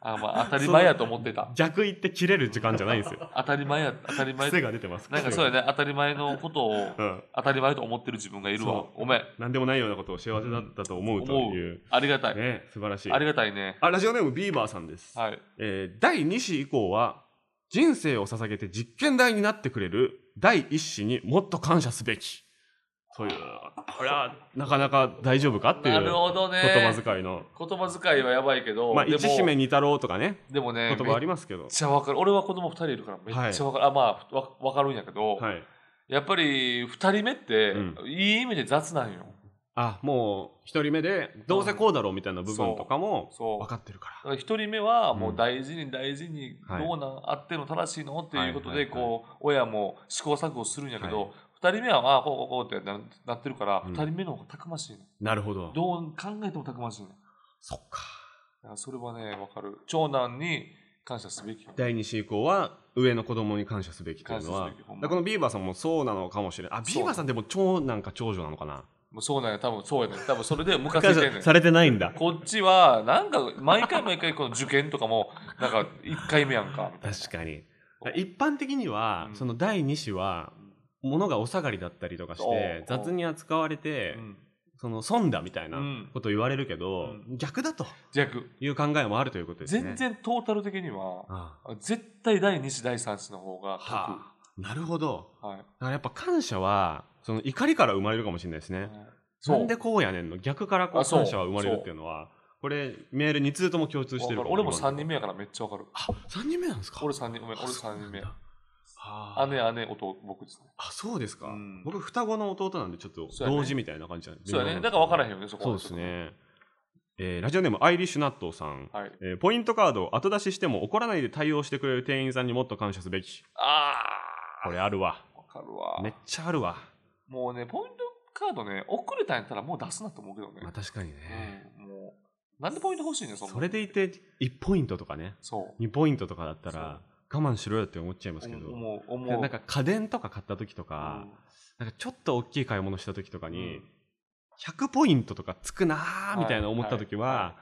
S2: あ、まあ、当たり前やと思ってた。
S1: 逆言って切れる時間じゃないんですよ
S2: 当たり前や、当たり前。
S1: 癖が出てます
S2: なんかそうやね、当たり前のことを
S1: うん
S2: 当たり前と思ってる自分がいるわ
S1: そ。
S2: ごめん。
S1: なんでもないようなことを幸せだったと思うという
S2: ありがたい。
S1: ね素晴らしい
S2: ありがたいね。
S1: あラジオネームビーバーさんです、
S2: はい。
S1: えー第2子以降は人生を捧げて実験台になってくれる第1子にもっと感謝すべきというこれはなかなか大丈夫かってい
S2: な
S1: う
S2: る
S1: 言
S2: ほどね。
S1: 葉遣いの、
S2: 言葉遣いはやばいけど、
S1: まあ
S2: でも
S1: 一姫二太郎とかね
S2: でもね
S1: 言、葉ありますけど
S2: めっちゃわかる。俺は子供二人いるからめっちゃわかる。あ、まあ、わわかるんやけど、
S1: はい
S2: やっぱり二人目って、
S1: うん
S2: いい意味で雑なんよ。
S1: あもう一人目でどうせこうだろうみたいな部分とかも
S2: そう。
S1: 分かってるか
S2: だから一人目はもううん大事に大事に
S1: はい
S2: どうなんあっての正しいのっていうこと
S1: はいはいはい
S2: でこう親も試行錯誤するんやけ
S1: は
S2: ど二人目はまあこうこうこうってななってるから
S1: うん
S2: 二人目の方がたくましいね
S1: らなるほど
S2: どう考えてもたくましいねだ
S1: そっか
S2: からそれはねわかる長男に感謝すべきよ
S1: 第2子以降は上の子供に感謝すべきというのは
S2: 感謝すべきほんま
S1: だからこのビーバーさんもそうなのかもしれないあビーバーさんでも長男か長女なのかな
S2: もうそうなんや多分そうやね多分それでムカつい
S1: 感
S2: てんね
S1: 謝
S2: ん
S1: されてないんだ
S2: こっちはなんか毎回毎回この受験とかもなんか一回目やんかみたいな
S1: 確かに一般的には、
S2: うん
S1: その第2子は物がお下がりだったりとかし
S2: おうお
S1: て
S2: う
S1: 雑に扱われて、
S2: うん
S1: その損だみたいな
S2: うん
S1: ことを言われるけど、逆だと
S2: 逆
S1: いう考えもあるということですね
S2: 全然トータル的には
S1: ああ
S2: 絶対第2子第3子の方が得、
S1: はあなるほど
S2: はい
S1: だからやっぱ感謝はその怒りから生まれるかもしれないですね、
S2: そう
S1: なんでこうやねんの逆からこ
S2: あ
S1: う
S2: そう
S1: 感謝は生まれるっていうのはこれメール2通とも共通してる
S2: わかる俺も3人目やからめっちゃわかる
S1: あ三人目なんですか
S2: 俺3人目俺
S1: あそう
S2: 3人目
S1: なんだあー
S2: 姉姉弟僕ですね
S1: あそうですか、
S2: うん
S1: 僕双子の弟なんでちょっと
S2: そうやね
S1: 同時みたいな感じなんで
S2: そうやねだから分からへん
S1: ん
S2: よねそこ
S1: そう
S2: は
S1: ですね、えーラジオネームアイリッシュナットさん、
S2: はい
S1: えーポイントカードを後出ししても怒らないで対応してくれる店員さんにもっと感謝すべき
S2: あ
S1: これあるわ
S2: あわかるわ
S1: めっちゃあるわ
S2: もうねポイントカードね遅れたんやったらもう出すなと思うけどね
S1: まあ確かにね、
S2: うんもうなんでポイント欲しいねんそんな
S1: それでいて1ポイントとかね
S2: そう
S1: 2ポイントとかだったら我慢しろよって思っちゃいますけど、
S2: 思う
S1: で
S2: 思う
S1: なんか家電とか買った時と
S2: う
S1: か、
S2: ん
S1: なんかちょっと大きい買い物した時とかに、
S2: うん
S1: 100ポイントとかつくなーみたいな思った時は、
S2: はいは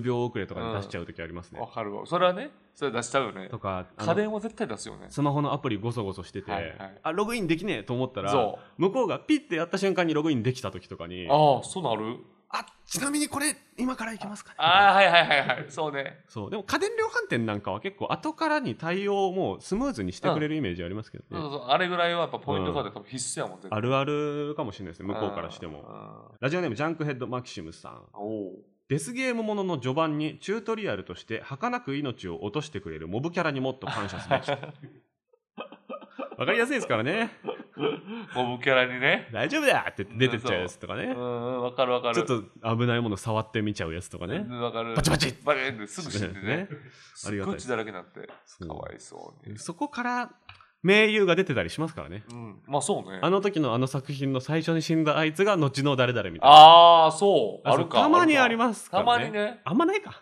S1: 10秒遅れとかで出しちゃう時ありますね
S2: わ。かるわそれはねそれ出しちゃうよね
S1: とかあの
S2: 家電は絶対出すよね
S1: スマホのアプリごそごそしてて、
S2: はいはい
S1: あログインできねえと思ったら
S2: そ
S1: 向こうがピッてやった瞬間にログインできた時とかに
S2: うああそうなる
S1: あちなみにこれ今から行けますかね
S2: ああはいはいはいはいそうね
S1: そうでも家電量販店なんかは結構後からに対応をもうスムーズにしてくれるイメージありますけど
S2: そう
S1: ね、
S2: そうそうあれぐらいはやっぱポイントカード多分必須やもん絶対
S1: あるあるかもしれないですね向こうからしても
S2: も。
S1: ラジオネームジャンクヘッドマキシムさん
S2: おお
S1: デスゲームものの序盤にチュートリアルとして儚く命を落としてくれるモブキャラにもっと感謝す べきわかりやすいですからね
S2: ー。モブキャラにね。
S1: 大丈夫だって出てっちゃうやつとか
S2: う
S1: ね
S2: んうん、わかるわかる。
S1: ちょっと危ないもの触ってみちゃうやつとか
S2: う
S1: ね
S2: んわかる。
S1: バチバチ
S2: バチってすぐ死んでね。す
S1: あり
S2: っ
S1: が
S2: ご
S1: た
S2: い
S1: い
S2: 血だらけになって。
S1: そう
S2: かわいそうに。
S1: そこから名優が出てたりしますからね
S2: うん。まあそうね。
S1: あの時のあの作品の最初に死んだあいつが後の誰々みたいな
S2: ああ、そう。あ
S1: そう
S2: るか。
S1: たまにあり
S2: す。
S1: ますか
S2: たま
S1: ら
S2: にね。
S1: あんまないか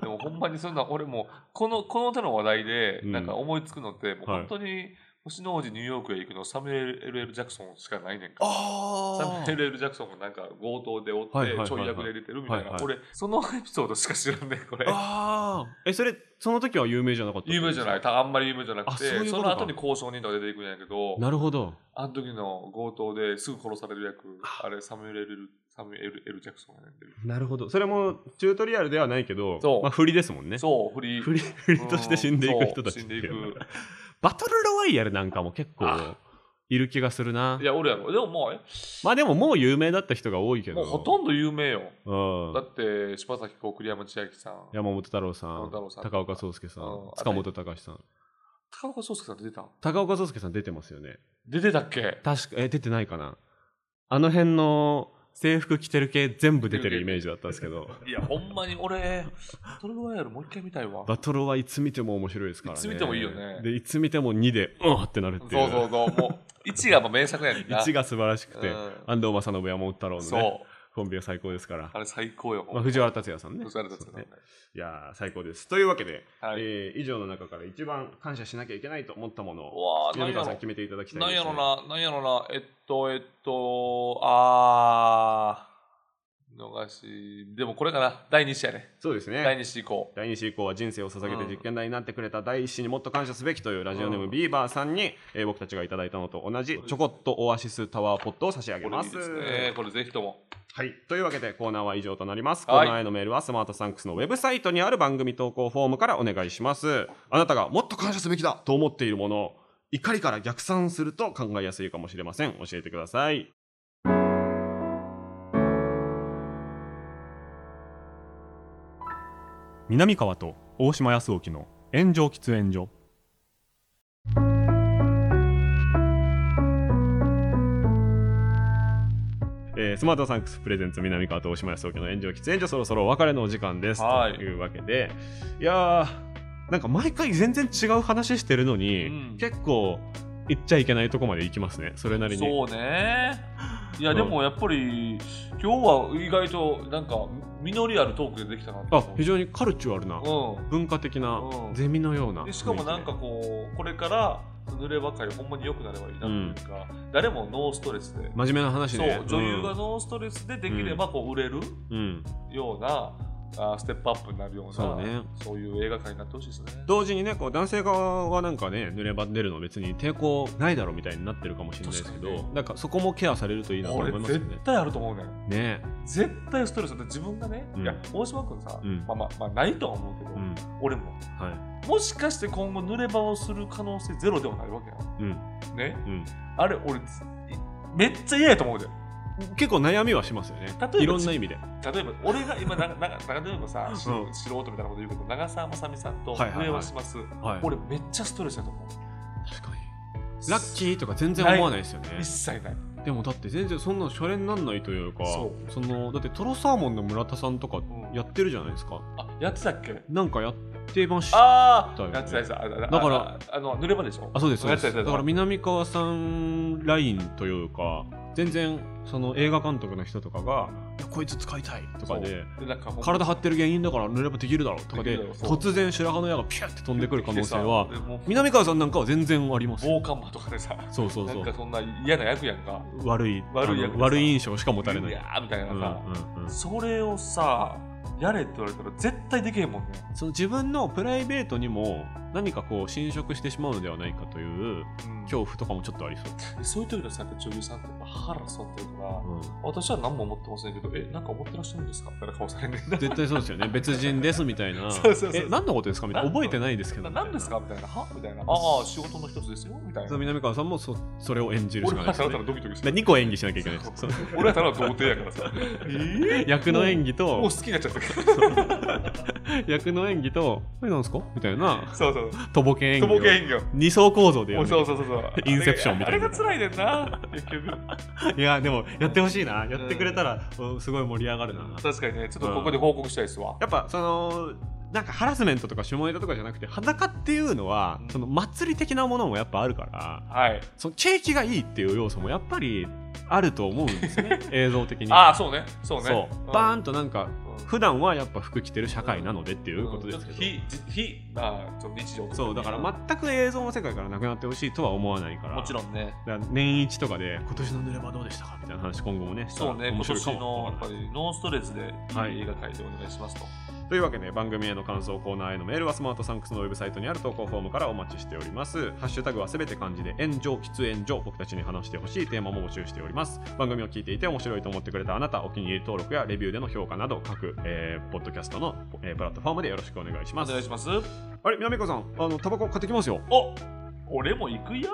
S2: でもほんまにそんな、俺も、この、この手の話題で、
S1: うん
S2: なんか思いつくのって、もう
S1: はい
S2: 本当に、星の王子ニューヨークへ行くのサムエル・ L. ジャクソンしかないねんか。サ
S1: あ
S2: ムエル・ L. ジャクソンがなんか強盗で追って、
S1: はいはいはいはい
S2: ちょい役で出てるみたい
S1: はい
S2: な。
S1: はい
S2: 俺、そのエピソードしか知らんねん、これ。
S1: ああえそれその時は有名じゃなかったって
S2: 有
S1: こと
S2: 名
S1: です
S2: じゃ
S1: か
S2: ない、たあんまり有名じゃなく
S1: あ
S2: て、
S1: そういう
S2: そ
S1: こと
S2: の
S1: か
S2: 後に交渉人とか出ていくんやけど、
S1: なるほど
S2: あの時の強盗ですぐ殺される役、あれ、サムエル・ L. サムエル・ L. ジャクソンがやってる。
S1: なるほどそれもチュートリアルではないけど
S2: そう
S1: まあ、振りですもんね
S2: そう、フリー。
S1: 振り振りとして死んでいく人たち
S2: う
S1: って
S2: んそう死んでい
S1: いう
S2: く。
S1: バトルロワイヤルなんかも結構
S2: あ
S1: いる気がするない
S2: や、俺やろ。でももう
S1: まあでももう有名だった人が多いけ
S2: え、
S1: ど
S2: もうほとんど有名よ。
S1: うん
S2: だって、柴咲コウ、栗山千明さん。
S1: 山本太郎さ
S2: 山本
S1: ん
S2: 太郎さん
S1: 高岡壮介さん
S2: うん
S1: 塚本隆さん
S2: 高岡壮介さん出てた
S1: 高岡壮介さん出てますよね
S2: 出てたっけ
S1: 確かえ出てないかなあの辺の制服着てる系全部出てるイメージだったんですけ ど
S2: いや、ほんまに俺、バトルロワイヤルもう一回見たいわ。
S1: バトロはいつ見ても面白いですからね
S2: いつ見てもいいよね
S1: でいつ見ても2でうんってなる
S2: そ
S1: っ
S2: う
S1: ていう
S2: そうそう。もう、1がまあ名作やねんな。
S1: 1が素晴らしくて、
S2: うん
S1: 安藤正信山本太郎のね
S2: そう。
S1: コンビは最高ですから
S2: あれ最高よ。
S1: まあ、藤原竜也さんね
S2: 藤原竜也さ
S1: そ
S2: ん
S1: う
S2: ね
S1: ね。いやー最高ですというわけで、
S2: はい
S1: えー以上の中から一番感謝しなきゃいけないと思ったもの
S2: う
S1: を
S2: わー
S1: 米川さん
S2: 何
S1: 決めていただきたい
S2: や
S1: です、
S2: ろ
S1: ね、
S2: な、なんやろな、えっと、えっと、あー、逃し、でもこれかな、第2子やね。
S1: そうですね
S2: 第2子以降。
S1: 第2子以降は人生を捧げて
S2: うん
S1: 実験台になってくれた第1子にもっと感謝すべきというラジオネー
S2: う
S1: ム
S2: ん
S1: ビーバーさんに、えー僕たちがいただいたのと同じ
S2: そうです
S1: ちょこっとオアシスタワーポットを差し上げ
S2: これ
S1: ま
S2: いい
S1: す
S2: ですね。これぜひとも。
S1: はい、というわけでコーナーは以上となります、
S2: は
S1: コ
S2: い
S1: ーナーへのメールはスマートサンクスのウェブサイトにある番組投稿フォームからお願いしますあなたがもっと感謝すべきだと思っているもの怒りから逆算すると考えやすいかもしれません教えてください南川と大島康沖の炎上喫煙所えースマートサンクスプレゼンツ南川と大島康沖の炎上喫煙所そろそろお別れのお時間です、
S2: はい
S1: というわけでいやーなんか毎回全然違う話してるのに、
S2: うん
S1: 結構行っちゃいけないとこまで行きますねそれなりに
S2: そう ね。いや、
S1: うん
S2: でもやっぱり、今日は意外と、なんか、実りあるトークでできたなと
S1: あ
S2: 思う
S1: 非常にカルチュアルな、
S2: うん。
S1: 文化的な
S2: うん
S1: ゼミのような
S2: でしかもなんかこうこれから濡ればかりほんまに良くなればいいなというか、誰もノーストレスで、
S1: 真面目な話
S2: そ
S1: ね
S2: う女優がノーストレスでできればこう売れる
S1: うん、うん
S2: ような、あステップアップになるような
S1: そうね
S2: そういう映画界になってほしいですね。
S1: 同時にねこう男性側はなんかね濡れば出るの別に抵抗ないだろうみたいになってるかもしれないですけど、
S2: 確かにね
S1: なんかそこもケアされるといいなと思
S2: 俺
S1: いますよ
S2: 絶
S1: ね
S2: 対あると思うねん
S1: ね
S2: 絶対ストレスで自分がね、
S1: うん
S2: いや大島君さ、
S1: うん
S2: まあまあまあないとは思うけど、
S1: うん
S2: 俺も
S1: は
S2: もしかして今後濡れ場をする可能性ゼロではないわけやん
S1: いうん
S2: ね
S1: うん
S2: あれ俺めっちゃ嫌やと思うで
S1: 結構悩みはしますよね
S2: ばち
S1: いろんな意味で
S2: 例えば俺が今な なな例えばさ、し
S1: うん
S2: 素人みたいなこと言うけど長澤まさみさんと
S1: はいはいはい
S2: 上はします、
S1: はい
S2: 俺めっちゃストレスだと思う
S1: 確かにラッキーとか全然思わないですよね
S2: 一切ない
S1: でもだって全然そんなシャレになんないというか
S2: そ
S1: そのだってトロサーモンの村田さんとかやってるじゃないですか
S2: あやってたっけ
S1: なんかやってました
S2: あ
S1: だよ
S2: あ
S1: ね
S2: やってたやつああだ
S1: だから
S2: ああの濡れ場でしょ
S1: あそうですそう
S2: や
S1: で
S2: ってた
S1: す
S2: や
S1: だ
S2: ってた
S1: から南川さんラインというか全然その映画監督の人とかが「いやこいつ使いたい」とかで
S2: そうなんかほんま
S1: 体張ってる原因だから塗ればできるだろうとかで
S2: できるだろうそ
S1: 突然白羽の矢がピュッて飛んでくる可能性は
S2: でさもう
S1: 南川さんなんかは全然あります
S2: 防寒魔とかでさ
S1: そうそう
S2: な
S1: そ
S2: ん
S1: う
S2: かそんな嫌な役やんか
S1: 悪い
S2: 悪い
S1: あの
S2: 役でさ
S1: 悪い印象しか持たれないい
S2: やーみたいなさ、
S1: うんうんうん
S2: それをさやれって言われたら絶対できへんもんね
S1: その自分のプライベートにも何かこう侵食してしまうのではないかという
S2: うん
S1: 恐怖とかもちょっとありそう、
S2: そういう時のさ女優さんってやっぱ腹座ってるから、
S1: うん
S2: 私は何も思ってませんけど、え、なんか思ってらっしゃるんですかみたいな顔され るんだ。
S1: 絶対そうですよね別人ですみたいな
S2: そうそうそう
S1: え何のことですかみたいな
S2: 何の
S1: 覚えてないですけど
S2: な
S1: みたい
S2: 何
S1: な
S2: ですかみたいな。はみたいな。ああ、仕事の一つですよみたい
S1: そ
S2: な
S1: う。南川さんもそそれを演じるし
S2: 俺
S1: かない
S2: は
S1: です
S2: た
S1: よ
S2: だ
S1: ね
S2: ただドキドキして
S1: で
S2: る。
S1: 2個演技しなきゃいけないですそう
S2: 俺はただ童貞やからさ。えー
S1: 役の演技
S2: もうも
S1: と
S2: う好きになっちゃったから。
S1: 役の演技と「これなんですか?」みたいな
S2: そうそう。
S1: とぼけ演
S2: とぼ
S1: 技
S2: け
S1: を
S2: 演技を。
S1: 二層構造でや
S2: もう
S1: る
S2: そうそうそうそう。
S1: インセプションみたいな
S2: あれが辛いねんな。結局。
S1: いやでもやってほしいなやってくれたらうんすごい盛り上がるな
S2: 確かにね、ちょっとここで報告したいですわ。
S1: やっぱそのなんかハラスメントとか下ネタとかじゃなくて裸っていうのは
S2: うん
S1: その祭り的なものもやっぱあるから
S2: はい。
S1: その景気がいいっていう要素もやっ ぱりあると思うんですよね映像的に
S2: ああ、そうね。そうね。
S1: そうバーンとなんか
S2: ーン
S1: 普段はやっぱ服着てる社会なのでっていうことですけど、
S2: 非、非、まあ、ちょっと日常
S1: そうだから全く映像の世界からなくなってほしいとは思わないから
S2: もちろんね、
S1: だから年一とかで今年の濡れ場どうでしたかみたいな話今後もねしたら
S2: そうね、今
S1: 面白い
S2: 年
S1: かも
S2: の
S1: わ
S2: やっ
S1: か
S2: ぱ
S1: んない
S2: りノンストレスで
S1: はい
S2: いい映画界でお願いしますと。
S1: というわけで番組への感想コーナーへのメールはスマートサンクスのウェブサイトにある投稿フォームからお待ちしておりますハッシュタグはすべて漢字で炎上喫煙所僕たちに話してほしいテーマも募集しております番組を聞いていて面白いと思ってくれたあなたお気に入り登録やレビューでの評価など各、えーポッドキャストの、えープラットフォームでよろしくお願いし
S2: お
S1: ます
S2: 願いします。
S1: あれ南川さんあのタバコ買ってきますよ
S2: お俺も行くよ